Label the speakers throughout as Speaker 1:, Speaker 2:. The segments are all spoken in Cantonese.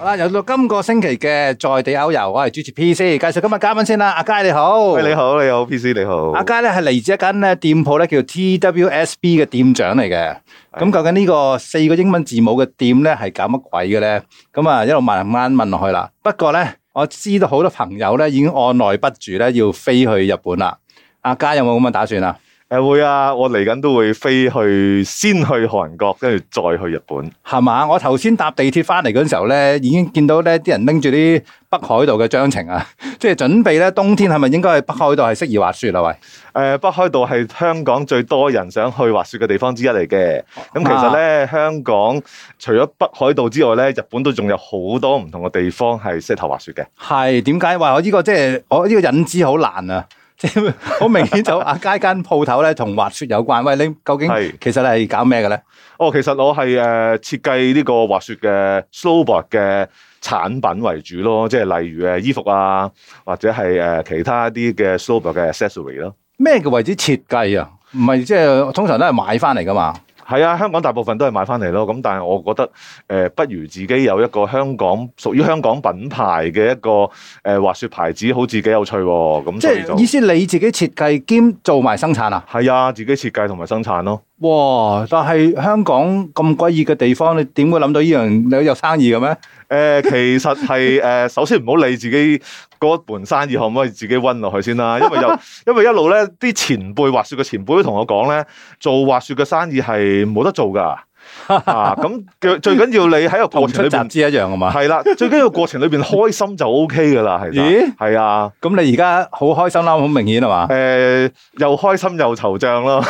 Speaker 1: 啊，又到今個星期嘅在地歐遊，我係主持 P C，介紹今日嘉賓先啦。阿佳你好，
Speaker 2: 喂，你。好，你好，PC 你好。
Speaker 1: 阿佳咧係嚟自一間咧店鋪咧叫 TWSB 嘅店長嚟嘅。咁究竟呢個四個英文字母嘅店咧係搞乜鬼嘅咧？咁啊一路慢慢問落去啦。不過咧，我知道好多朋友咧已經按耐不住咧要飛去日本啦。阿佳有冇咁嘅打算啊？
Speaker 2: 誒會啊，我嚟緊都會飛去，先去韓國，跟住再去日本。
Speaker 1: 係嘛？我頭先搭地鐵翻嚟嗰陣時候咧，已經見到咧啲人拎住啲北海道嘅章程啊， 即係準備咧冬天係咪應該去北海道係適宜滑雪啊？喂！
Speaker 2: 誒、北海道係香港最多人想去滑雪嘅地方之一嚟嘅。咁其實咧，香港除咗北海道之外咧，日本都仲有好多唔同嘅地方係適合滑雪嘅。
Speaker 1: 係點解話我呢個即係我呢個引子好難啊？ 即係好明顯就阿街間鋪頭咧同滑雪有關。喂，你究竟
Speaker 2: 係
Speaker 1: 其實你係搞咩嘅咧？
Speaker 2: 哦，其實我係誒、設計呢個滑雪嘅 snowboard 嘅產品為主咯，即係例如誒衣服啊，或者係誒、其他一啲嘅 snowboard 嘅 accessory 咯。
Speaker 1: 咩嘅為之設計啊？唔係即係通常都係買翻嚟噶嘛？
Speaker 2: 係啊，香港大部分都係買翻嚟咯。咁但係我覺得誒、呃不如自己有一個香港屬於香港品牌嘅一個誒、呃滑雪牌子，好似幾有趣喎。咁
Speaker 1: 即
Speaker 2: 所以
Speaker 1: 係意
Speaker 2: 就
Speaker 1: 思你自己設計兼做埋生產啊？
Speaker 2: 係啊，自己設計同埋生產咯。
Speaker 1: 哇！但係香港咁鬼熱嘅地方，你點會諗到呢樣你有生意嘅咩？
Speaker 2: 誒、其實係誒、呃首先唔好理自己嗰盤生意可唔可以自己温落去先 啦，因為又因為一路咧啲前輩滑雪嘅前輩都同我講咧，做滑雪嘅生意係冇得做㗎。啊，咁最最緊要你喺個
Speaker 1: 同
Speaker 2: 過
Speaker 1: 出
Speaker 2: 程 裏
Speaker 1: 集資
Speaker 2: 邊
Speaker 1: 一樣啊嘛？
Speaker 2: 係啦，最緊要過程裏邊開心就 O K 㗎啦，係
Speaker 1: 咦
Speaker 2: 係啊。
Speaker 1: 咁你而家好開心啦，好明顯啊嘛
Speaker 2: 誒、？又開心又惆悵咯，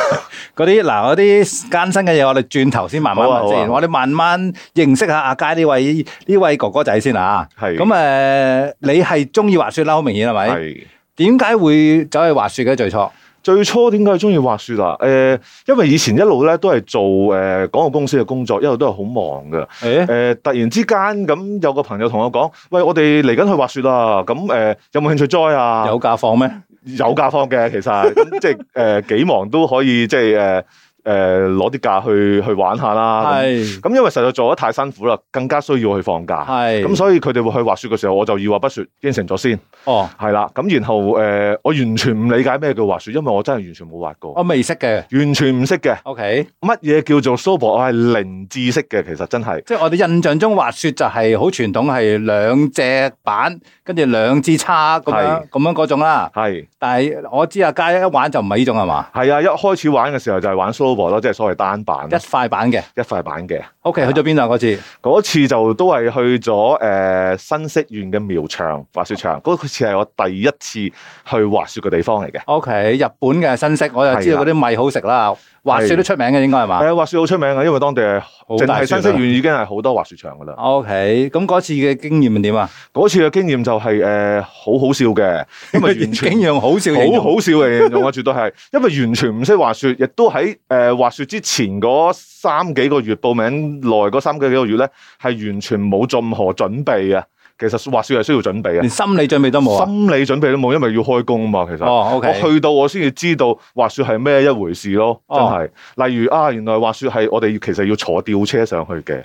Speaker 1: 嗰啲嗱，嗰啲艱辛嘅嘢，我哋轉頭先慢慢
Speaker 2: 好啊
Speaker 1: 問先，
Speaker 2: 好啊
Speaker 1: 我哋慢慢認識下阿佳呢位呢位哥哥仔先啊。
Speaker 2: 係
Speaker 1: 咁誒、呃你係中意滑雪啦，好明顯係咪？
Speaker 2: 係
Speaker 1: 點解會走去滑雪嘅最初？
Speaker 2: 最初點解中意滑雪啊？誒、因為以前一路咧都係做誒、廣告公司嘅工作，一路都係好忙嘅。誒、
Speaker 1: 誒、
Speaker 2: 突然之間咁有個朋友同我講：，喂，我哋嚟緊去滑雪啦，咁誒、有冇興趣 join 啊？
Speaker 1: 有假放咩？
Speaker 2: 有假放嘅，其 實咁即係誒、幾忙都可以即係誒誒攞啲假去去玩下啦。啊咁
Speaker 1: 係
Speaker 2: 咁因為實在做得太辛苦啦，更加需要去放假。
Speaker 1: 係
Speaker 2: 啊咁所以佢哋會去滑雪嘅時候，我就二話不説應承咗先。
Speaker 1: 哦，
Speaker 2: 係啦，咁然後誒、呃我完全唔理解咩叫滑雪，因為我真係完全冇滑過，
Speaker 1: 我未識嘅。
Speaker 2: 完全唔識嘅。
Speaker 1: OK，
Speaker 2: 乜嘢叫做 snowboard？我係零知識嘅，其實真係。
Speaker 1: 即係我哋印象中滑雪就係好傳統，係兩隻板跟住兩支叉咁樣
Speaker 2: 係
Speaker 1: 咁樣嗰種啦。
Speaker 2: 係
Speaker 1: 但係我知阿佳一玩就唔係呢種係嘛，
Speaker 2: 係啊，一開始玩嘅時候就係玩 snowboard 咯，即係所謂單板
Speaker 1: 一塊板嘅。
Speaker 2: 一塊板嘅。
Speaker 1: OK，去咗邊度嗰次？
Speaker 2: 嗰次就都係去咗誒、呃新潟縣嘅苗場滑雪場，嗰次係我第一次去滑雪嘅地方嚟嘅。
Speaker 1: O.K. 日本嘅新式，我就知道嗰
Speaker 2: 係
Speaker 1: 啲米好食啦，滑雪都出名嘅應該係
Speaker 2: 誒、
Speaker 1: 嘛
Speaker 2: 啊滑雪好出名嘅，因為當地係
Speaker 1: 好
Speaker 2: 淨
Speaker 1: 大
Speaker 2: 係
Speaker 1: 雪啊
Speaker 2: 新潟縣已經係好多滑雪場㗎啦。
Speaker 1: ？O.K. 咁嗰次嘅經驗係點啊？
Speaker 2: 嗰次嘅經驗就係、呃好好笑嘅，因為 完全
Speaker 1: 經。驗好笑形
Speaker 2: 好
Speaker 1: 容
Speaker 2: 好笑嘅形容啊，絕對係，因為完全唔識滑雪，亦都喺誒、呃滑雪之前嗰三幾個月報名內嗰三幾個月咧，係完全冇任何準備啊。其實滑雪係需要準備
Speaker 1: 連
Speaker 2: 啊，
Speaker 1: 心理準備都冇啊！
Speaker 2: 心理準備都冇，因為要開工嘛。其實、
Speaker 1: 哦
Speaker 2: 我
Speaker 1: ，O.K.
Speaker 2: 去到我先至知道滑雪係咩一回事咯，真
Speaker 1: 哦
Speaker 2: 係。例如啊，原來滑雪係我哋其實要坐吊車上去 嘅，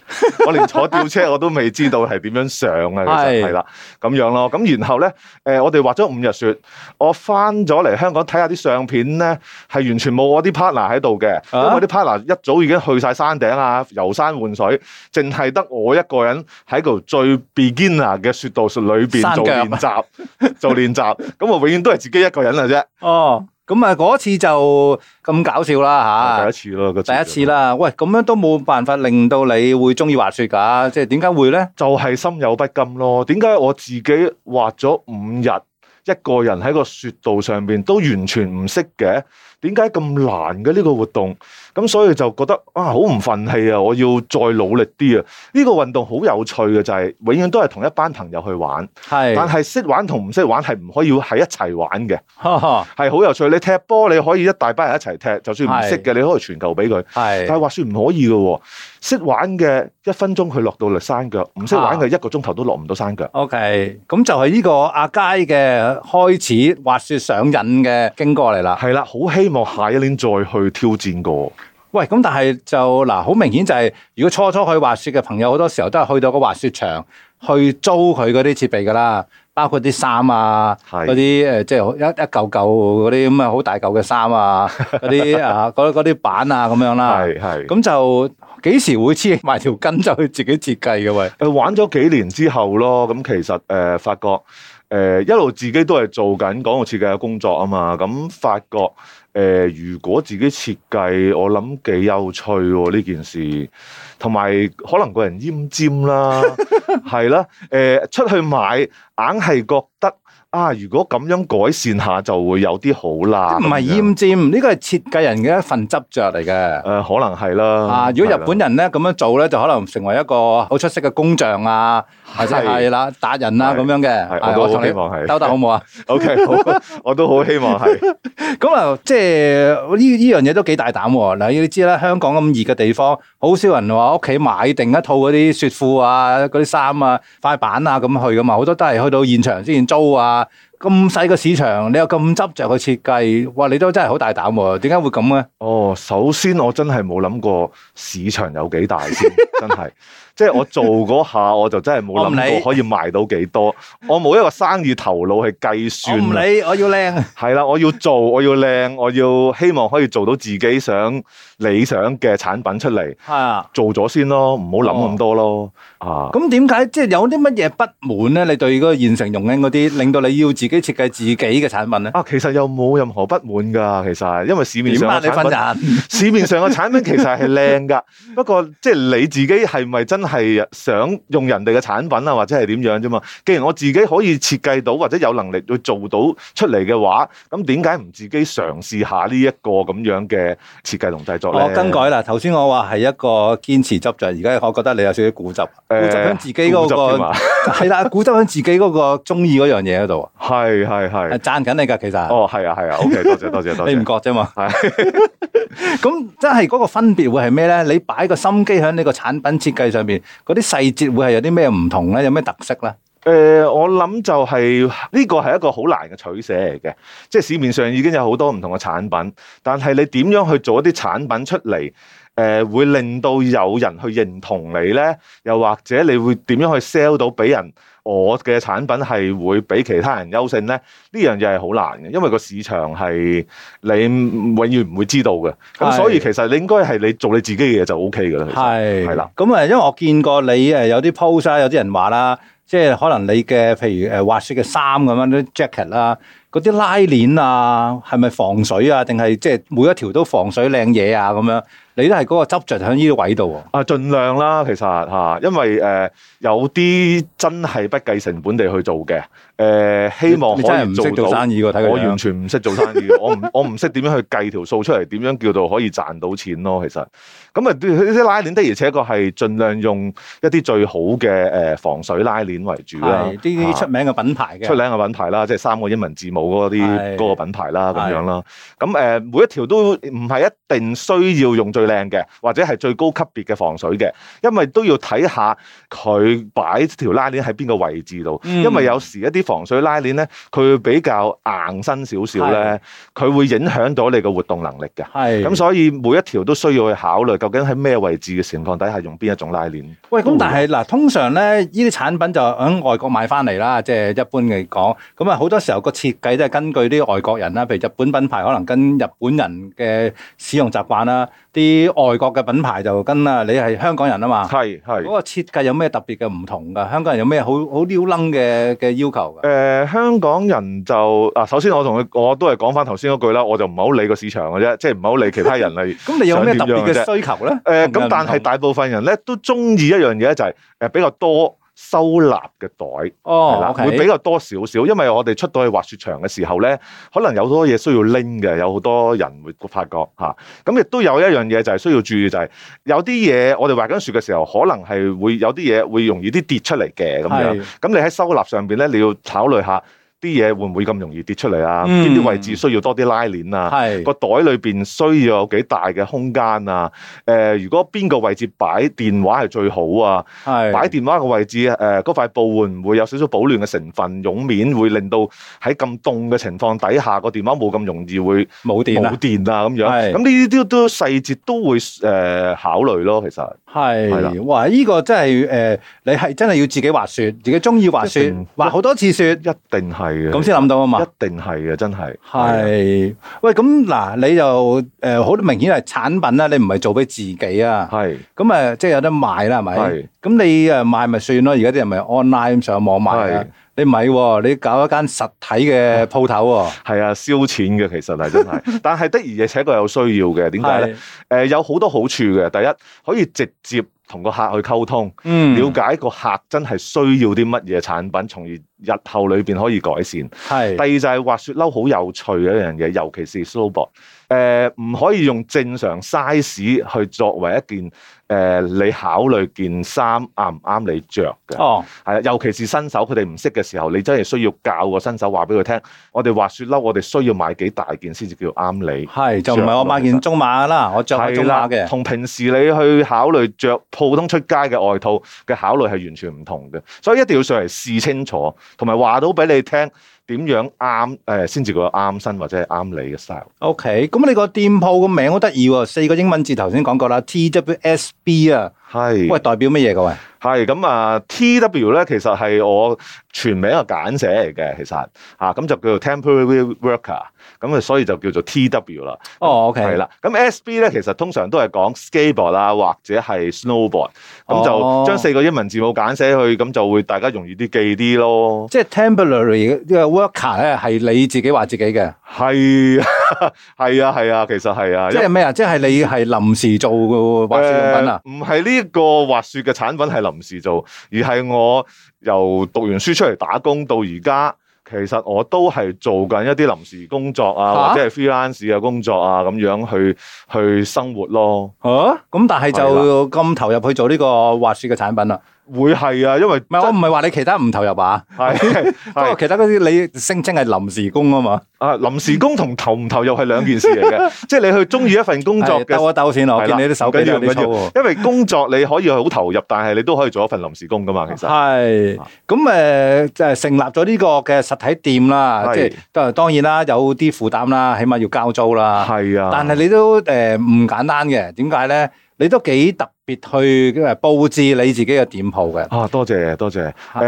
Speaker 2: 我連坐吊車我都未知道係點樣上啊，其
Speaker 1: 係
Speaker 2: 實係啦，咁樣咯。咁然後咧，誒、我哋滑咗五日雪，我翻咗嚟香港睇下啲相片咧，係完全冇我啲 partner 喺度嘅，
Speaker 1: 啊
Speaker 2: 因為啲 partner 一早已經去晒山頂啊，遊山玩水，淨係得我一個人喺度最 beginner 嘅雪道裏邊
Speaker 1: 山
Speaker 2: 做
Speaker 1: 腳
Speaker 2: 練習，做練習。咁我永遠都係自己一個人嘅啫。
Speaker 1: 哦，咁啊嗰次就咁搞笑啦
Speaker 2: 啊第
Speaker 1: 嚇，
Speaker 2: 一次咯，個
Speaker 1: 啊第一次，啦。喂，咁樣都冇辦法令到你會中意滑雪㗎，即係點解會咧？
Speaker 2: 就係心有不甘咯。點解我自己滑咗五日，一個人喺個雪道上邊都完全唔識嘅？點解咁難嘅呢個活動？咁所以就覺得啊，好唔憤氣啊！我要再努力啲啊！呢個運動好有趣嘅就係、永遠都係同一班朋友去玩，但
Speaker 1: 係，
Speaker 2: 係識玩同唔識玩係唔可以喺一齊玩嘅，
Speaker 1: 哈哈
Speaker 2: 係好有趣。你踢波你可以一大班人一齊踢，就算唔識嘅你可以傳球俾佢。
Speaker 1: 係
Speaker 2: 但係滑雪唔可以嘅喎，識玩嘅一分鐘佢落到嚟山腳，唔識
Speaker 1: 啊
Speaker 2: 玩嘅一個鐘頭都落唔到山腳。
Speaker 1: ，OK。咁就係呢個阿佳嘅開始滑雪上癮嘅經過嚟啦。
Speaker 2: 係啦，好希望下一年再去挑戰過。
Speaker 1: 喂，咁但係就嗱，好明顯就係、如果初初去滑雪嘅朋友，好多時候都係去到個滑雪場去租佢嗰啲設備㗎啦，包括啲衫啊，
Speaker 2: 係
Speaker 1: 嗰啲誒即係一一嚿嚿嗰啲咁啊，好大嚿嘅衫 啊，嗰啲啊嗰嗰啲板啊咁樣啦。
Speaker 2: 係係。
Speaker 1: 咁就幾時會黐埋條筋就去自己設計嘅喂？
Speaker 2: 誒呃玩咗幾年之後咯，咁其實誒、呃、發覺誒、呃一路自己都係做緊廣告設計嘅工作啊嘛，咁發覺誒、呃如果自己設計，我諗幾有趣喎、呢件事，同埋可能個人奄 尖啦，係啦，誒、出去買硬係覺得啊，如果咁樣改善下就會有啲好啦，
Speaker 1: 唔係
Speaker 2: 啊咁樣
Speaker 1: 奄尖，呢個係設計人嘅一份執着嚟嘅。
Speaker 2: 誒、呃可能係啦。
Speaker 1: 啊！如果日
Speaker 2: 係啦
Speaker 1: 本人咧咁樣做咧，就可能成為一個好出色嘅工匠啊，或者係啦達人啊
Speaker 2: 係
Speaker 1: 咁樣嘅。係
Speaker 2: 係我
Speaker 1: 我
Speaker 2: 都好
Speaker 1: 同
Speaker 2: 希
Speaker 1: 你
Speaker 2: 望係
Speaker 1: 兜兜好唔好啊？
Speaker 2: ，OK，好，我都好希望係。
Speaker 1: 咁啊，即係呢呢樣嘢都幾大膽喎。嗱，你知啦，香港咁熱嘅地方，好少人話屋企買定一套嗰啲雪褲啊、嗰啲衫啊、塊板啊咁去噶嘛，好多都係去到現場先租啊。咁細個市場，你又咁執着去設計，哇！你都真係好大膽喎。點解會咁咧？
Speaker 2: 哦，首先我真係冇諗過市場有幾大 先，真係，即係我做嗰下我就真係冇
Speaker 1: 我唔
Speaker 2: 諗
Speaker 1: 理
Speaker 2: 過可以賣到幾多，我冇一個生意頭腦去計
Speaker 1: 我
Speaker 2: 算
Speaker 1: 唔
Speaker 2: 啊。
Speaker 1: 理，我要靚。
Speaker 2: 係啦，我要做，我要靚，我要希望可以做到自己想理想嘅產品出嚟，
Speaker 1: 係啊。
Speaker 2: 做咗先咯，唔好諗咁多咯。啊，
Speaker 1: 咁點解即係有啲乜嘢不滿咧？你對嗰個現成用緊嗰啲，令到你要自己設計自己嘅產品咧？
Speaker 2: 啊，其實又冇任何不滿㗎，其實，因為市面
Speaker 1: 點
Speaker 2: 上
Speaker 1: 啊？
Speaker 2: 嘅
Speaker 1: 你
Speaker 2: 產
Speaker 1: 份
Speaker 2: 品
Speaker 1: 人
Speaker 2: 市面上嘅產品其實係 靚噶，不過即係你自己係咪真係想用人哋嘅產品啊，或者係點樣啫嘛？既然我自己可以設計到或者有能力去做到出嚟嘅話，咁點解唔自己嘗試下呢一個咁樣嘅設計同製作咧？
Speaker 1: 我哦更改啦。頭先我話係一個堅持執着，而家我覺得你有少少固執，固
Speaker 2: 誒
Speaker 1: 執喺自己嗰
Speaker 2: 固執添啊
Speaker 1: 個 係啦，固執喺自己嗰個中意嗰樣嘢嗰度，
Speaker 2: 係係
Speaker 1: 係
Speaker 2: 係，
Speaker 1: 讚緊你㗎。其實
Speaker 2: 哦係啊係啊，OK，多謝多謝 多
Speaker 1: 你唔
Speaker 2: 謝。
Speaker 1: 覺啫嘛。
Speaker 2: 係
Speaker 1: 咁真係嗰個分別會係咩咧？你擺個心機喺呢個產品設計上邊，嗰啲細節會係有啲咩唔同咧？有咩特色咧？
Speaker 2: 誒、呃我諗就係、呢個係一個好難嘅取捨嚟嘅，即係市面上已經有好多唔同嘅產品，但係你點樣去做一啲產品出嚟，誒、呃會令到有人去認同你咧？又或者你會點樣去 sell 到俾人？我嘅產品係會比其他人優勝咧？呢樣嘢係好難嘅，因為個市場係你永遠唔會知道嘅，咁
Speaker 1: 係
Speaker 2: 所以其實你應該係你做你自己嘅嘢就 O K 嘅啦。其實
Speaker 1: 係
Speaker 2: 係啦。
Speaker 1: 咁啊，因為我見過你誒有啲 post 啊啦，有啲人話啦，即係可能你嘅譬如誒滑雪嘅衫咁樣啲 jacket 啦，嗰啲拉鏈啊，係咪防水啊？定係即係每一條都防水靚嘢啊？咁樣你都係嗰個執着喺呢啲位度
Speaker 2: 啊，盡量啦，其實嚇、啊因為誒、呃有啲真係不計成本地去做嘅，誒、
Speaker 1: 喎。
Speaker 2: 希望
Speaker 1: 你你
Speaker 2: 可
Speaker 1: 真係唔識
Speaker 2: 以
Speaker 1: 做
Speaker 2: 做到。
Speaker 1: 生意喎，啊睇佢
Speaker 2: 我
Speaker 1: 樣
Speaker 2: 完全唔識做生意嘅，我唔 我唔識點樣去計條數出嚟，點樣叫做可以賺到錢咯。其實咁啊，啲啲拉鏈的而且確係盡量用一啲最好嘅誒、呃防水拉鏈為主啦，
Speaker 1: 係啲出
Speaker 2: 啊
Speaker 1: 名嘅品牌嘅。
Speaker 2: 出名嘅品牌啦，即係三個英文字母嗰
Speaker 1: 係
Speaker 2: 啲嗰個品牌啦，咁
Speaker 1: 係
Speaker 2: 樣啦。咁誒、呃每一條都唔係一定需要用最靚嘅，或者係最高級別嘅防水嘅，因為都要睇下佢擺條拉鏈喺邊個位置度。
Speaker 1: 嗯
Speaker 2: 因為有時一啲防水拉鏈咧，佢會比較硬身少少咧，佢會影響到你嘅活動能力嘅。
Speaker 1: 係
Speaker 2: 咁所以每一條都需要去考慮，究竟喺咩位置嘅情況底下用邊一種拉鏈。
Speaker 1: 喂，咁但係嗱，通常咧呢啲產品就喺外國買翻嚟啦，即係一般嚟講，咁啊好多時候個設計都係根據啲外國人啦，譬如日本品牌可能跟日本人嘅使用習慣啦，啲外國嘅品牌就跟啊你係香港人啊嘛，
Speaker 2: 係係
Speaker 1: 嗰。個設計有咩特別嘅唔同㗎？香港人有咩好好撩楞嘅嘅要求㗎？
Speaker 2: 誒、呃香港人就啊，首先我同佢我都係講翻頭先嗰句啦，我就唔係好理個市場嘅啫，即係唔係好理其他人 嚟。
Speaker 1: 咁你有咩特
Speaker 2: 想點
Speaker 1: 別
Speaker 2: 樣
Speaker 1: 嘅需求咧？
Speaker 2: 誒
Speaker 1: 同
Speaker 2: 咁、
Speaker 1: 人
Speaker 2: 但
Speaker 1: 唔
Speaker 2: 係
Speaker 1: 同
Speaker 2: 大部分人咧都中意一樣嘢咧，就係誒比較多收納嘅袋，係
Speaker 1: 哦
Speaker 2: 啦、
Speaker 1: ，OK，
Speaker 2: 會比較多少少，因為我哋出到去滑雪場嘅時候咧，可能有好多嘢需要拎嘅，有好多人會發覺嚇。咁、亦都有一樣嘢就係需要注意，就係、有啲嘢我哋滑緊雪嘅時候，可能係會有啲嘢會容易啲跌出嚟嘅咁樣。
Speaker 1: 係
Speaker 2: 咁你喺收納上邊咧，你要考慮下啲嘢會唔會咁容易跌出嚟啊？
Speaker 3: 嗯
Speaker 2: 邊啲、位置需要多啲拉鏈啊？
Speaker 1: 係
Speaker 2: 個袋裏邊需要有幾大嘅空間啊？誒、如果邊個位置擺電話係最好啊？
Speaker 1: 係
Speaker 2: 擺電話嘅位置誒，嗰、塊布會唔會有少少保暖嘅成分？絨面會令到喺咁凍嘅情況底下，個電話冇咁容易會
Speaker 1: 冇電啦
Speaker 2: 冇，電啊咁樣。
Speaker 1: 係
Speaker 2: 咁呢啲都都細節都會誒、呃考慮咯，其實。係啦
Speaker 1: 係哇！呢個真係誒，你係真係要自己滑雪，自己中意滑
Speaker 2: 一
Speaker 1: 雪
Speaker 2: 定，
Speaker 1: 滑好多次雪
Speaker 2: 一，定係嘅，
Speaker 1: 咁先諗到啊嘛。
Speaker 2: 一定係嘅，真係。
Speaker 1: 係，喂，咁嗱，你就誒好明顯係產品啦，你唔係做俾自己啊。
Speaker 2: 係
Speaker 1: 咁誒，即係有得賣啦，係咪？
Speaker 2: 係
Speaker 1: 咁你誒賣咪算咯，而家啲人咪 online 上網賣啊
Speaker 2: 係。
Speaker 1: 你唔係喎，你搞一間實體嘅鋪頭
Speaker 2: 係啊，燒錢嘅其實係真 係，但係的而且確有需要嘅。
Speaker 1: 喎。
Speaker 2: 點解咧？誒、有好多好處嘅。第一，可以直接同個客去溝通，
Speaker 1: 嗯，
Speaker 2: 了解個客真係需要啲乜嘢產品，從而日後裏邊可以改善。
Speaker 1: 係
Speaker 2: 第二就係滑雪褸好有趣嘅一樣嘢，尤其是 snowboard。誒唔可以用正常 size 去作為一件誒、你考慮件衫啱唔啱你着嘅。
Speaker 1: 哦，
Speaker 2: 係啊，尤其是新手佢哋唔識嘅時候，你真係需要教個新手話俾佢聽，我哋滑雪褸，我哋需要買幾大件先至叫啱你。
Speaker 1: 係就唔係我買
Speaker 2: 着
Speaker 1: 件
Speaker 2: 咯
Speaker 1: 中碼啦，我着開中碼
Speaker 2: 係啦
Speaker 1: 嘅。
Speaker 2: 同平時你去考慮着普通出街嘅外套嘅考慮係完全唔同嘅，所以一定要上嚟試清楚，同埋話到俾你聽點樣啱誒，先至叫啱身或者係啱你嘅 style。
Speaker 1: O K，咁你個店鋪個名好得意喎，四個英文字頭先講過啦，T W S B 啊，
Speaker 2: 係
Speaker 1: 喂，代表乜嘢噶喂？
Speaker 2: 係咁啊，T.W 咧其實係我全名嘅簡寫嚟嘅，其實嚇咁、就叫做 temporary worker，咁啊所以就叫做 T.W 啦。
Speaker 1: 哦，O K，
Speaker 2: 係啦，咁 S.B 咧其實通常都係講 skateboard 啦，或者係 snowboard，咁
Speaker 1: 哦
Speaker 2: 就將四個英文字母簡寫去，咁就會大家容易啲記啲咯。
Speaker 1: 即係 temporary 嘅 worker 咧，係你自己話自己嘅，
Speaker 2: 係 係啊係啊，其實係啊，
Speaker 1: 即係咩啊？即係你係臨時做嘅滑雪用品啊？
Speaker 2: 誒呃唔係呢個滑雪嘅產品係臨時做，而係我由讀完書出嚟打工到而家，其實我都係做緊一啲臨時工作啊，
Speaker 1: 嚇
Speaker 2: 或者係 freelance 嘅工作啊，咁樣去去生活咯。
Speaker 1: 哦，咁但係
Speaker 2: 係
Speaker 1: 就咁投入去做呢個滑雪嘅產品啦。
Speaker 2: 會係啊，因為
Speaker 1: 唔係，我
Speaker 2: 真
Speaker 1: 唔係話你其他唔投入啊，
Speaker 2: 係
Speaker 1: 不過
Speaker 2: 係
Speaker 1: 其他嗰啲你聲稱係臨時工啊嘛，
Speaker 2: 啊，臨時工同投唔投入係兩件事嚟 嘅，即係你去中意一份工作
Speaker 1: 係
Speaker 2: 嘅
Speaker 1: 兜一兜先啦。我
Speaker 2: 係
Speaker 1: 見
Speaker 2: 啦
Speaker 1: 你啲手
Speaker 2: 唔
Speaker 1: 臂
Speaker 2: 緊
Speaker 1: 都
Speaker 2: 要
Speaker 1: 有啲粗
Speaker 2: 唔緊
Speaker 1: 喎
Speaker 2: 要。因為工作你可以好投入，但係你都可以做一份臨時工噶嘛，其實。
Speaker 1: 啊
Speaker 2: 啊
Speaker 1: 係，咁誒就係成立咗呢個嘅實體店啦，
Speaker 2: 係
Speaker 1: 即係當當然啦，有啲負擔啦，起碼要交租啦。
Speaker 2: 係啊，
Speaker 1: 但係你都誒唔簡單嘅，點解咧？你都幾特別去誒佈置你自己嘅店鋪嘅，
Speaker 2: 啊，多謝多謝。誒、
Speaker 1: 嚇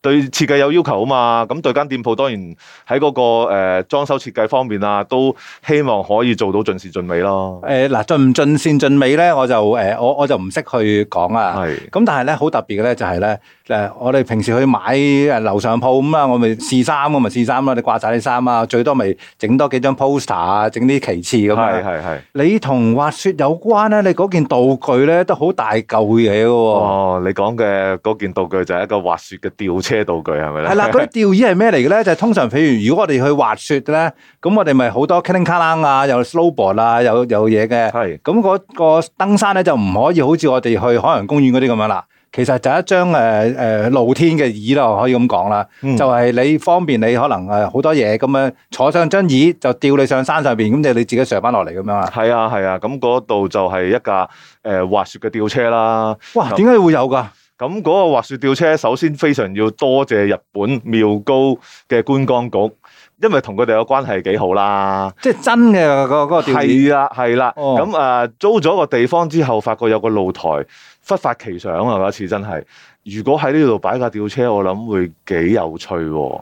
Speaker 2: 對設計有要求啊嘛，咁對間店鋪當然喺嗰、個誒、呃、裝修設計方面啊，都希望可以做到盡善盡美咯。
Speaker 1: 誒呃嗱盡唔盡善盡美咧，我就誒、我我就唔識去講啊。
Speaker 2: 係
Speaker 1: 咁但係咧好特別嘅咧就係咧誒，我哋平時去買誒樓上鋪咁啦，啊我咪試衫，我咪試衫啦，你掛晒啲衫啊，最多咪整多幾張 poster 啊，整啲旗幟咁
Speaker 2: 係
Speaker 1: 樣。
Speaker 2: 係係。
Speaker 1: 你同滑雪有關咧，你嗰件道具咧都好大嚿嘢嘅喎。
Speaker 2: 哦，你講嘅嗰件道具就係一個滑雪嘅吊車道具係咪咧？
Speaker 1: 係啦，嗰啲吊椅係咩嚟嘅咧？就係通常，譬如如果我哋去滑雪咧，咁我哋咪好多 killing 卡啷啊，有 snowboard 啊，有有嘢嘅。
Speaker 2: 係
Speaker 1: 咁嗰個登山咧就唔可以好似我哋去海洋公園嗰啲咁樣啦。其實就一張誒誒露天嘅椅啦，可以咁講啦。
Speaker 2: 嗯
Speaker 1: 就係你方便你可能誒好多嘢咁樣坐上張椅就吊你上山上邊，咁就你自己上翻落嚟咁樣啊。
Speaker 2: 係啊係啊，咁嗰度就係一架誒、呃滑雪嘅吊車啦。
Speaker 1: 哇！點解會有㗎？
Speaker 2: 咁嗰個滑雪吊車，首先非常要多謝日本妙高嘅觀光局，因為同佢哋嘅關係幾好啦。
Speaker 1: 即係真嘅嗰個嗰個吊椅。
Speaker 2: 係啦，係啦。
Speaker 1: 哦
Speaker 2: 咁啊，租咗個地方之後，發覺有個露台，忽發奇想啊！嗰次真係，如果喺呢度擺架吊車，我諗會幾有趣喎。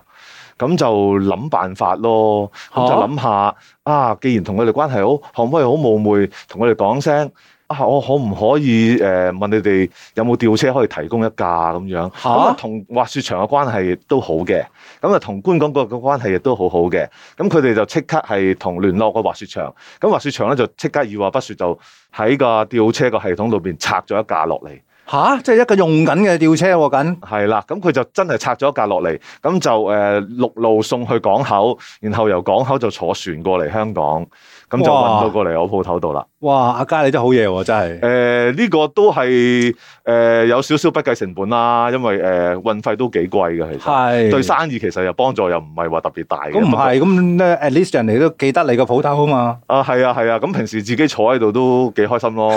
Speaker 2: 咁就諗辦法咯，咁就
Speaker 1: 嚇
Speaker 2: 諗下啊，既然同佢哋關係好，可唔可以好冒昧同佢哋講聲啊？我可唔可以誒、呃、問你哋有冇吊車可以提供一架咁樣？
Speaker 1: 嚇
Speaker 2: 咁啊，同滑雪場嘅關係亦都好嘅，咁啊同觀港局嘅關係亦都好好嘅，咁佢哋就即刻係同聯絡個滑雪場，咁滑雪場咧就即刻二話不說就喺個吊車個系統裏邊拆咗一架落嚟，
Speaker 1: 吓，即係一個用緊嘅吊車喎，緊
Speaker 2: 係啦，咁佢就真係拆咗一架落嚟，咁就誒、呃陸路送去港口，然後由港口就坐船過嚟香港，咁就
Speaker 1: 哇
Speaker 2: 運到過嚟我鋪頭度啦，
Speaker 1: 哇！阿嘉你真係好嘢喎，真係。
Speaker 2: 誒呃呢個都係誒有少少不計成本啦，因為誒運費都幾貴嘅，其實
Speaker 1: 係
Speaker 2: 對生意其實又幫助又唔係話特別大嘅。
Speaker 1: 咁唔
Speaker 2: 不過
Speaker 1: 係咁咧，at least 人哋都記得你個鋪頭啊嘛。
Speaker 2: 啊，係啊，係啊，咁平時自己坐喺度都幾開 心咯，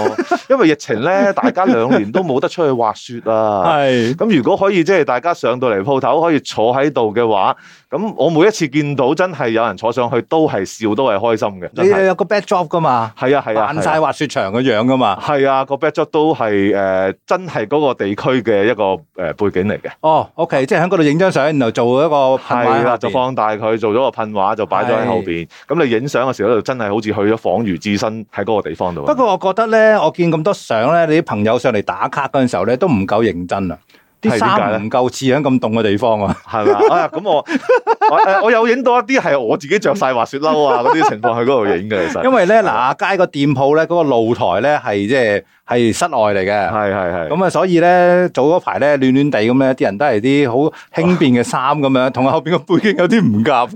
Speaker 2: 因為疫情咧，大家兩年都冇得出去滑雪 啊。
Speaker 1: 係
Speaker 2: 咁如果可以即係大家上到嚟鋪頭可以坐喺度嘅話，咁我每一次見到真係有人坐上去都係笑都係開心嘅，真
Speaker 1: 你
Speaker 2: 係
Speaker 1: 有個 backdrop 噶嘛，
Speaker 2: 係啊係啊，
Speaker 1: 扮
Speaker 2: 係啊
Speaker 1: 晒滑雪場嘅樣噶嘛。
Speaker 2: 係啊，個 backdrop 都係誒、呃真係嗰個地區嘅一個誒、呃背景嚟嘅。
Speaker 1: 哦，OK，即係喺嗰度影張相，然後做一個噴畫
Speaker 2: 係啦，
Speaker 1: 喺下
Speaker 2: 就
Speaker 1: 邊。
Speaker 2: 放大佢，做咗個噴畫就擺咗喺後邊。咁你影相嘅時候，就真係好似去咗仿如置身喺嗰個地方度。
Speaker 1: 不過我覺得咧，我見咁多相咧，你啲朋友上嚟打卡嗰陣時候咧，都唔夠認真啊，啲
Speaker 2: 係點解
Speaker 1: 衫
Speaker 2: 咧
Speaker 1: 唔夠似喺咁凍嘅地方啊。
Speaker 2: 係嘛？啊，咁我我誒我有影到一啲係我自己着晒滑雪褸啊嗰啲情況去嗰度影嘅，其實
Speaker 1: 因為咧，嗱，阿街個店鋪咧，嗰、個露台咧係即係係室外嚟嘅。
Speaker 2: 係係係。
Speaker 1: 咁啊，所以咧早嗰排咧暖暖地咁咧，啲人都係啲好輕便嘅衫咁 樣，同後邊個背景有啲唔夾。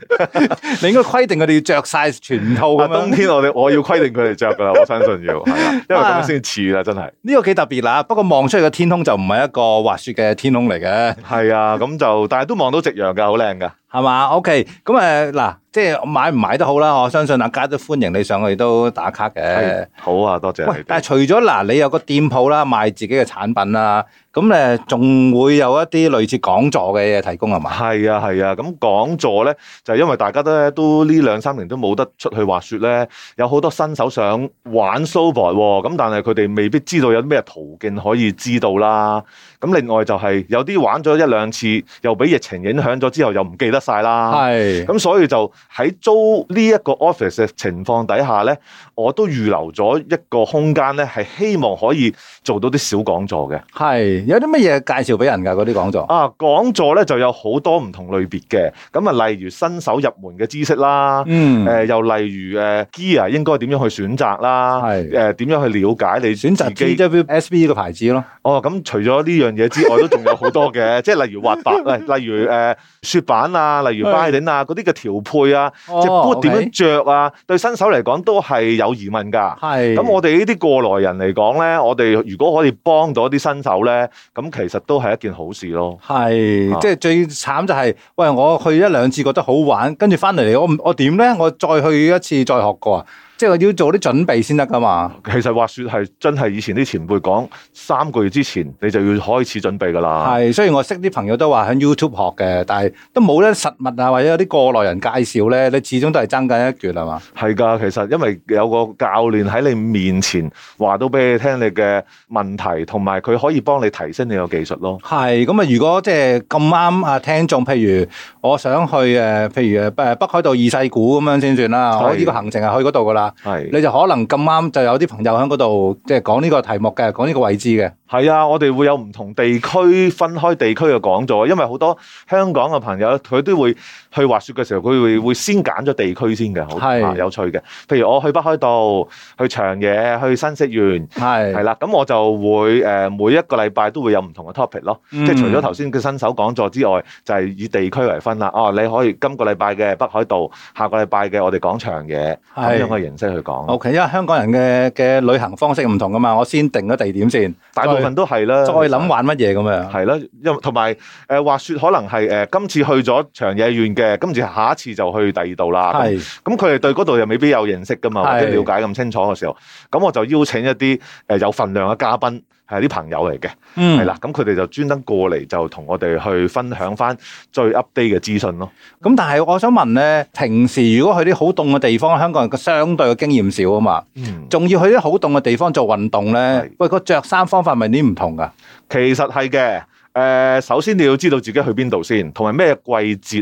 Speaker 1: 你應該規定佢哋要着晒全套咁
Speaker 2: 啊！冬
Speaker 1: 樣，
Speaker 2: 天我哋我要規定佢哋着噶啦，我相信要 係啊，因為咁樣先似啦，真係
Speaker 1: 呢個幾特別啦。不過望出去嘅天空就唔係一個滑雪嘅天空嚟嘅，
Speaker 2: 係啊，咁就但係都望到夕陽㗎，好靚㗎。
Speaker 1: 係嘛？OK，咁誒嗱，即係買唔買都好啦，我相信阿街都歡迎你上去都打卡嘅
Speaker 2: 係。好啊，多謝
Speaker 1: 喂
Speaker 2: 你，
Speaker 1: 但
Speaker 2: 哋。
Speaker 1: 係除咗嗱，你有個店鋪啦，賣自己嘅產品啦，咁咧仲會有一啲類似講座嘅嘢提供係嘛？
Speaker 2: 係啊係啊，咁講座咧就係因為大家都咧都呢兩三年都冇得出去滑雪咧，有好多新手想玩 snowboard 喎，咁但係佢哋未必知道有啲咩途徑可以知道啦。咁另外就係、有啲玩咗一兩次，又俾疫情影響咗之後又唔記得晒啦。
Speaker 1: 係
Speaker 2: 咁所以就喺租呢一個 office 嘅情況底下咧，我都預留咗一個空間咧，係希望可以做到啲小講座嘅。
Speaker 1: 係，有啲乜嘢介紹俾人㗎嗰啲講座？
Speaker 2: 啊，講座咧就有好多唔同類別嘅，咁啊，例如新手入門嘅知識啦。誒、
Speaker 1: 嗯，
Speaker 2: 又例如誒 gear 應該點樣去選擇啦，
Speaker 1: 係
Speaker 2: 誒點樣去了解你
Speaker 1: 選擇
Speaker 2: 自己
Speaker 1: TWSB 呢個牌子咯。
Speaker 2: 哦，咁除咗呢樣嘢之外，都仲有好多嘅， 即係例如滑板，例 例如誒、呃雪板啊，例如 b i d i n 啊，嗰啲嘅調配啊，
Speaker 1: 哦
Speaker 2: 隻 boot 點樣着啊，對新手嚟講都係有疑問㗎。
Speaker 1: 係
Speaker 2: 咁我哋呢啲過來人嚟講咧，我哋如果可以幫到啲新手咧，咁其實都係一件好事咯。
Speaker 1: 係
Speaker 2: 啊
Speaker 1: 即係最慘就係、喂，我去一兩次覺得好玩，跟住翻嚟我唔我點咧？我再去一次再學過啊！即係我要做啲準備先得㗎嘛。
Speaker 2: 其實滑雪係真係以前啲前輩講，三個月之前你就要開始準備㗎啦。
Speaker 1: 係，雖然我識啲朋友都話喺 YouTube 學嘅，但係都冇咧實物啊，或者有啲過來人介紹咧，你始終都係爭緊一橛係嘛？
Speaker 2: 係㗎，其實因為有個教練喺你面前話到俾你聽你嘅問題，同埋佢可以幫你提升你嘅技術咯。
Speaker 1: 係咁啊！如果即係咁啱啊，聽眾，譬如我想去誒，譬如誒北北海道二世古咁樣先算啦，
Speaker 2: 係
Speaker 1: 我呢個行程係去嗰度噶啦，
Speaker 2: 係。
Speaker 1: 你就可能咁啱就有啲朋友喺嗰度，即係講呢個題目嘅，講呢個位置嘅，
Speaker 2: 係啊，我哋會有唔同地區分開地區嘅講座，因為好多香港嘅朋友佢都會去滑雪嘅時候，佢會會先揀咗地區先嘅，好
Speaker 1: 係
Speaker 2: 啊有趣嘅。譬如我去北海道、去長野、去新潟縣，係
Speaker 1: 係
Speaker 2: 啦，咁我就會誒、呃每一個禮拜都會有唔同嘅 topic 咯，即係除咗頭先嘅新手講座之外，就係、以地區為分啦。哦，你可以今個禮拜嘅北海道，下個禮拜嘅我哋講長野，咁
Speaker 1: 係。
Speaker 2: 樣嘅形式去講，
Speaker 1: O K，因為香港人嘅嘅旅行方式唔同噶嘛，我先定咗地點先，
Speaker 2: 大部分都係啦。
Speaker 1: 再諗玩乜嘢咁樣。
Speaker 2: 係啦，因為同埋誒滑雪可能係誒、今次去咗長野縣嘅，今次下一次就去第二度啦。咁
Speaker 1: 係
Speaker 2: 咁佢哋對嗰度又未必有認識噶嘛，
Speaker 1: 係
Speaker 2: 或者了解咁清楚嘅時候，咁我就邀請一啲誒、有份量嘅嘉賓，係啲朋友嚟嘅，
Speaker 1: 嗯
Speaker 2: 係啦、咁佢哋就專登過嚟就同我哋去分享翻最 update 嘅資訊咯。
Speaker 1: 咁但係我想問咧，平時如果去啲好凍嘅地方，香港人個相對嘅經驗少啊嘛，
Speaker 2: 嗯，
Speaker 1: 仲要去啲好凍嘅地方做運動咧
Speaker 2: 係，
Speaker 1: 喂個着衫方法咪啲唔同噶？
Speaker 2: 其實係嘅。誒、首先你要知道自己去邊度先，同埋咩季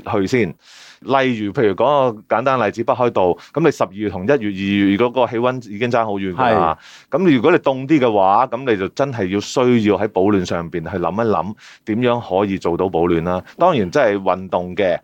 Speaker 2: 節去先。例如，譬如講個簡單例子，北海道，咁你十二月同一月、二月嗰個氣温已經爭好遠㗎啦。咁如果你凍啲嘅話，咁你就真係要需要喺保暖上邊去諗一諗點樣可以做到保暖啦。當然，真係運動嘅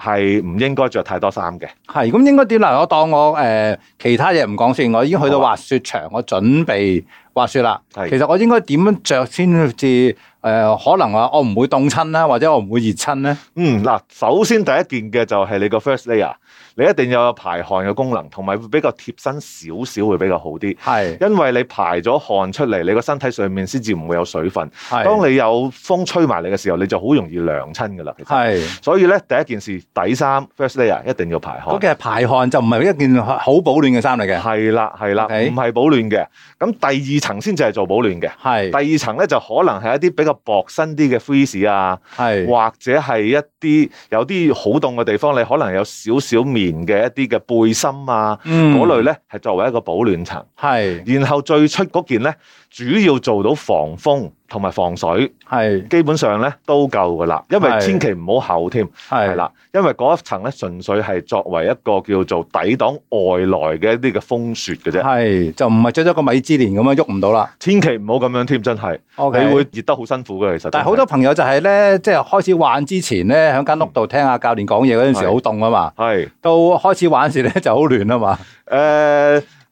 Speaker 2: 係唔應該着太多衫嘅。
Speaker 1: 係咁應該點嗱？我當我誒、呃其他嘢唔講先，我已經去到
Speaker 2: 好啊
Speaker 1: 滑雪場，我準備滑雪啦。
Speaker 2: 係
Speaker 1: 其實我應該點樣着先至诶？可能啊，我唔會凍親啦，或者我唔會熱親咧。
Speaker 2: 嗯，嗱，首先第一件嘅就係你個 first layer，你一定要有排汗嘅功能，同埋會比較貼身少少會比較好啲，
Speaker 1: 係
Speaker 2: 因為你排咗汗出嚟，你個身體上面先至唔會有水分。
Speaker 1: 係
Speaker 2: 當你有風吹埋嚟嘅時候，你就好容易涼親㗎啦。其實，
Speaker 1: 係
Speaker 2: 所以咧第一件事，底衫 first layer 一定要排汗
Speaker 1: 嗰。件係排汗，就唔係一件好保暖嘅衫嚟嘅。
Speaker 2: 係啦，係啦，
Speaker 1: OK
Speaker 2: 唔係保暖嘅。咁第二層先至係做保暖嘅。
Speaker 1: 係
Speaker 2: 第二層咧就可能係一啲比較薄身啲嘅 freeze 啊，
Speaker 1: 係
Speaker 2: 或者係一啲有啲好凍嘅地方，你可能有少少棉嘅一啲嘅背心啊，
Speaker 1: 嗯
Speaker 2: 嗰、類咧係作為一個保暖層。
Speaker 1: 係
Speaker 2: 然後最出嗰件咧，主要做到防風同埋防水，
Speaker 1: 係
Speaker 2: 基本上咧都夠噶啦。因為
Speaker 1: 係
Speaker 2: 千祈唔好厚添，係
Speaker 1: 係
Speaker 2: 啦，因為嗰一層咧純粹係作為一個叫做抵擋外來嘅一啲嘅風雪嘅啫。
Speaker 1: 係就唔係着咗個米芝蓮咁樣喐唔到啦。
Speaker 2: 千祈唔好咁樣添，真係
Speaker 1: O
Speaker 2: 你
Speaker 1: K。
Speaker 2: 會熱得好辛苦嘅。其實真係，
Speaker 1: 但係好多朋友就係咧，即係開始玩之前咧，喺間屋度聽下教練講嘢嗰陣時
Speaker 2: 係
Speaker 1: 好凍啊嘛，
Speaker 2: 係
Speaker 1: 到開始玩時咧 就好暖啊嘛。
Speaker 2: 誒、呃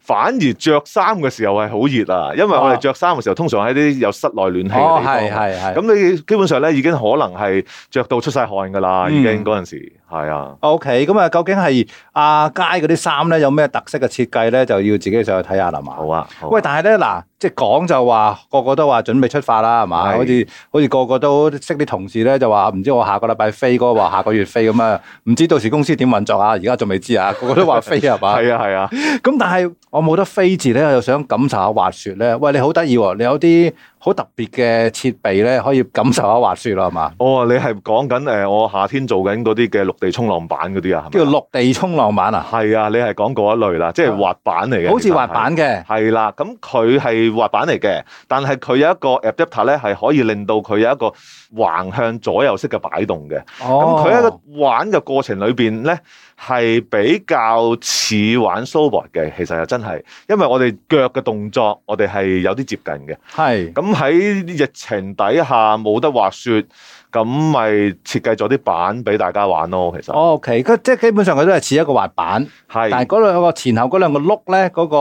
Speaker 2: 反而着衫嘅時候係好熱啊，因為我
Speaker 1: 啊
Speaker 2: 哋着衫嘅時候通常喺啲有室內暖氣嘅地
Speaker 1: 哦，
Speaker 2: 方嘛。
Speaker 1: 係係係。
Speaker 2: 咁你基本上咧已經可能係着到出晒汗㗎啦，已經
Speaker 1: 嗯
Speaker 2: 嗰陣時係啊。
Speaker 1: O K，咁啊，究竟係阿佳嗰啲衫咧有咩特色嘅設計咧，就要自己上去睇下啦嘛。
Speaker 2: 好啊，好啊
Speaker 1: 喂，但係咧嗱，即係講就話個個都話準備出發啦，係嘛？
Speaker 2: 係
Speaker 1: 好似好似個個都識啲同事咧，就話唔知我下個禮拜飛，嗰個話下個月飛咁啊，唔知到時公司點運作啊？而家仲未知啊，個個都話飛係 嘛？
Speaker 2: 係啊係啊，
Speaker 1: 咁但係我冇得飛字咧，我又想感受下滑雪咧。喂，你好得意喎，你有啲好特別嘅設備咧，可以感受下滑雪啦，係嘛？
Speaker 2: 哦，你係講緊誒我夏天做緊嗰啲嘅陸地衝浪板嗰啲啊，
Speaker 1: 叫
Speaker 2: 係咪啊？
Speaker 1: 陸地衝浪板啊，
Speaker 2: 係啊，你係講嗰一類啦，即係滑板嚟嘅，
Speaker 1: 好似
Speaker 2: 其實係
Speaker 1: 滑板嘅，
Speaker 2: 係啦，咁佢係滑板嚟嘅，但係佢有一個 adapter 咧，係可以令到佢有一個橫向左右式嘅擺動嘅。咁
Speaker 1: 哦，
Speaker 2: 佢喺個玩嘅過程裏邊咧，係比較似玩 snowboard 嘅，其實又真係，因為我哋腳嘅動作，我哋係有啲接近嘅。
Speaker 1: 係
Speaker 2: 咁喺疫情底下冇得滑雪，咁咪設計咗啲板俾大家玩咯。其實
Speaker 1: O K，佢哦即係基本上佢都係似一個滑板，但係
Speaker 2: 係
Speaker 1: 嗰兩個前後嗰兩個碌咧，嗰、個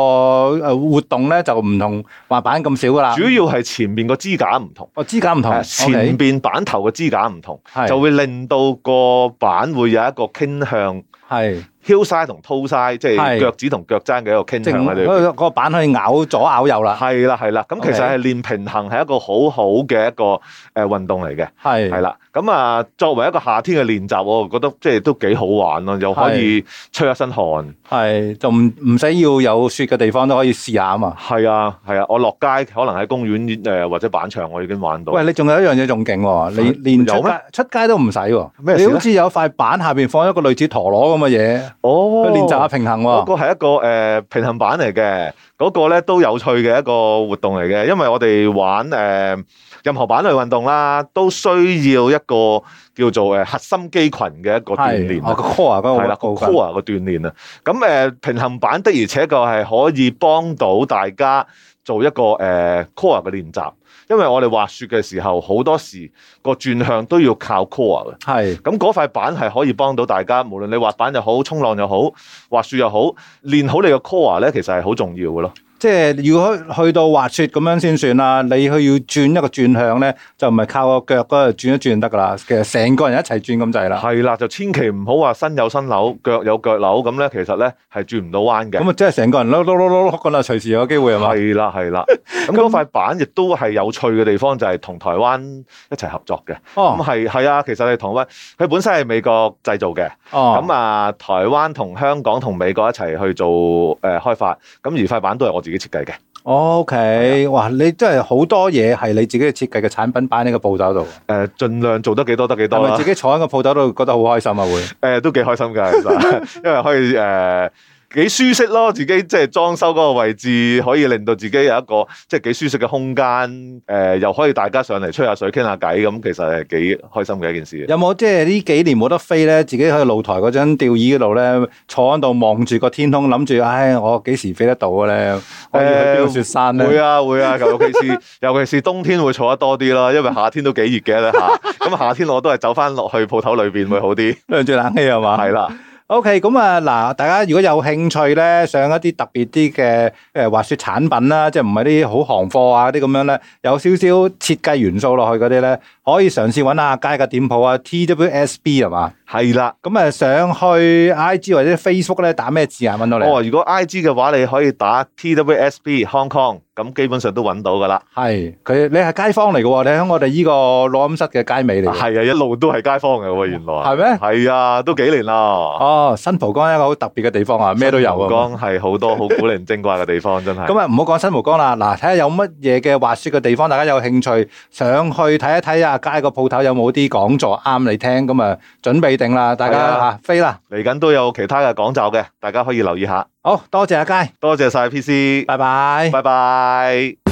Speaker 1: 呃活動咧就唔同滑板咁少噶啦
Speaker 2: 主。要係前面個支架唔同。
Speaker 1: 我支架唔同哦啊
Speaker 2: 係，前
Speaker 1: OK，
Speaker 2: 邊板頭嘅支架唔同，
Speaker 1: 係
Speaker 2: 就會令到個板會有一個傾向
Speaker 1: 係
Speaker 2: hillside 同 toe side，即係
Speaker 1: 係
Speaker 2: 腳趾同腳踭嘅一個傾
Speaker 1: 即係
Speaker 2: 向喺
Speaker 1: 嗰
Speaker 2: 度。
Speaker 1: 個嗰個板可以咬左咬右啦。
Speaker 2: 係啦，係啦，咁其
Speaker 1: OK
Speaker 2: 實係練平衡係一個好好嘅一個誒運動嚟嘅，
Speaker 1: 係
Speaker 2: 係啦。咁啊，作為一個夏天嘅練習，我覺得即係都幾好玩咯，又可以吹一身汗。
Speaker 1: 係就唔唔使要有雪嘅地方都可以試下啊嘛。
Speaker 2: 係啊，係啊，我落街可能喺公園誒或者板場，我已經玩到。
Speaker 1: 喂，你仲有一樣嘢仲勁喎，你連出
Speaker 2: 有咩
Speaker 1: 街出街都唔使喎。
Speaker 2: 咩事
Speaker 1: 你
Speaker 2: 呢
Speaker 1: 好似有塊板下邊放一個類似陀螺咁嘅嘢，
Speaker 2: 哦
Speaker 1: 去練習下平衡啊
Speaker 2: 嗰個
Speaker 1: 喎。
Speaker 2: 係一個誒、呃平衡板嚟嘅，嗰、個咧都有趣嘅一個活動嚟嘅，因為我哋玩誒、呃任何板類運動啦，都需要一個叫做誒、呃核心肌群嘅一個鍛
Speaker 1: 係哦我
Speaker 2: 鍊，啊
Speaker 1: 個 core 嗰個
Speaker 2: 係啦，個
Speaker 1: 部分
Speaker 2: core 個鍛鍊啊。咁誒、呃平衡板的而且確係可以幫到大家做一個誒、呃 core 嘅練習，因為我哋滑雪嘅時候好多時個轉向都要靠 core 嘅。
Speaker 1: 係
Speaker 2: 咁嗰塊板係可以幫到大家，無論你滑板又好、衝浪又好、滑雪又好，練好你嘅 core 咧，其實係好重要嘅咯。
Speaker 1: 即係如果去到滑雪咁樣先算啦，你去要轉一個轉向咧，就唔係靠個腳嗰度轉一轉得噶啦，其實成個人一齊轉咁滯啦。
Speaker 2: 係啦，就千祈唔好話身有身扭、腳有腳扭咁咧，其實咧係轉唔到彎嘅。
Speaker 1: 咁啊，即係成個人碌碌碌碌碌咁啦，隨時有機會係嘛？
Speaker 2: 係啦，係啦。咁嗰塊板亦都係有趣嘅地方，就係、同台灣一齊合作嘅。咁
Speaker 1: 哦
Speaker 2: 係係啊，其實係台灣，佢本身係美國製造嘅。
Speaker 1: 哦，
Speaker 2: 咁啊，台灣同香港同美國一齊去做誒、呃、開發。咁而塊板都係我自己設計嘅。
Speaker 1: OK，哇！你真係好多嘢係你自己設計嘅產品擺喺個鋪頭度，
Speaker 2: 誒、盡量做得幾多得幾
Speaker 1: 係
Speaker 2: 多啦啊
Speaker 1: 咪自。己坐喺個鋪頭度覺得好開心啊？會
Speaker 2: 誒、都幾開心㗎，其 實，因為可以誒、幾舒適咯，自己即係裝修嗰個位置，可以令到自己有一個即係幾舒適嘅空間，誒、又可以大家上嚟吹下水、傾下偈，咁其實係幾開心嘅一件事。
Speaker 1: 有冇即係呢幾年冇得飛咧？自己喺露台嗰張吊椅嗰度咧，坐喺度望住個天空，諗住唉，我幾時飛得到嘅咧？我要去邊個雪山
Speaker 2: 會
Speaker 1: 咧？
Speaker 2: 啊會啊，尤 其是尤其是冬天會坐得多啲啦，因為夏天都 幾熱嘅啦嚇。咁夏天我都係走翻落去鋪頭裏邊會好啲，
Speaker 1: 涼住冷氣係嘛？
Speaker 2: 係啦，
Speaker 1: OK，咁啊嗱，大家如果有興趣咧，上一啲特別啲嘅誒滑雪產品啦，即係唔係啲好行貨啊啲咁樣咧，有少少設計元素落去嗰啲咧，可以嘗試揾下街嘅店鋪啊，TWSB 係嘛？
Speaker 2: 係啦。
Speaker 1: 咁啊，上去 IG 或者 Facebook 咧，打咩字眼揾到你？啊
Speaker 2: 哦，如果 I G 嘅話，你可以打 T W S P Hong Kong，咁基本上都揾到噶啦。
Speaker 1: 係佢，你係街坊嚟嘅喎，你喺我哋依個錄音室嘅街尾嚟嘅，
Speaker 2: 係啊，一路都係街坊嘅喎，原來。
Speaker 1: 係咩？
Speaker 2: 係啊，都幾年啦。
Speaker 1: 哦，新蒲崗一個好特別嘅地方啊，咩都有啊。
Speaker 2: 江係好多好古靈精怪嘅地方，真係。
Speaker 1: 咁啊，唔好講新蒲崗啦，嗱，睇下有乜嘢嘅滑雪嘅地方，大家有興趣上去睇一睇啊，街個鋪頭有冇啲講座啱你聽，咁啊，準備定啦，大家
Speaker 2: 係啊
Speaker 1: 啊飛啦，
Speaker 2: 嚟緊都有其他嘅講座嘅，大家可以留意下。
Speaker 1: 好多謝阿佳，
Speaker 2: 多謝晒 P C，
Speaker 1: 拜拜。
Speaker 2: 拜拜。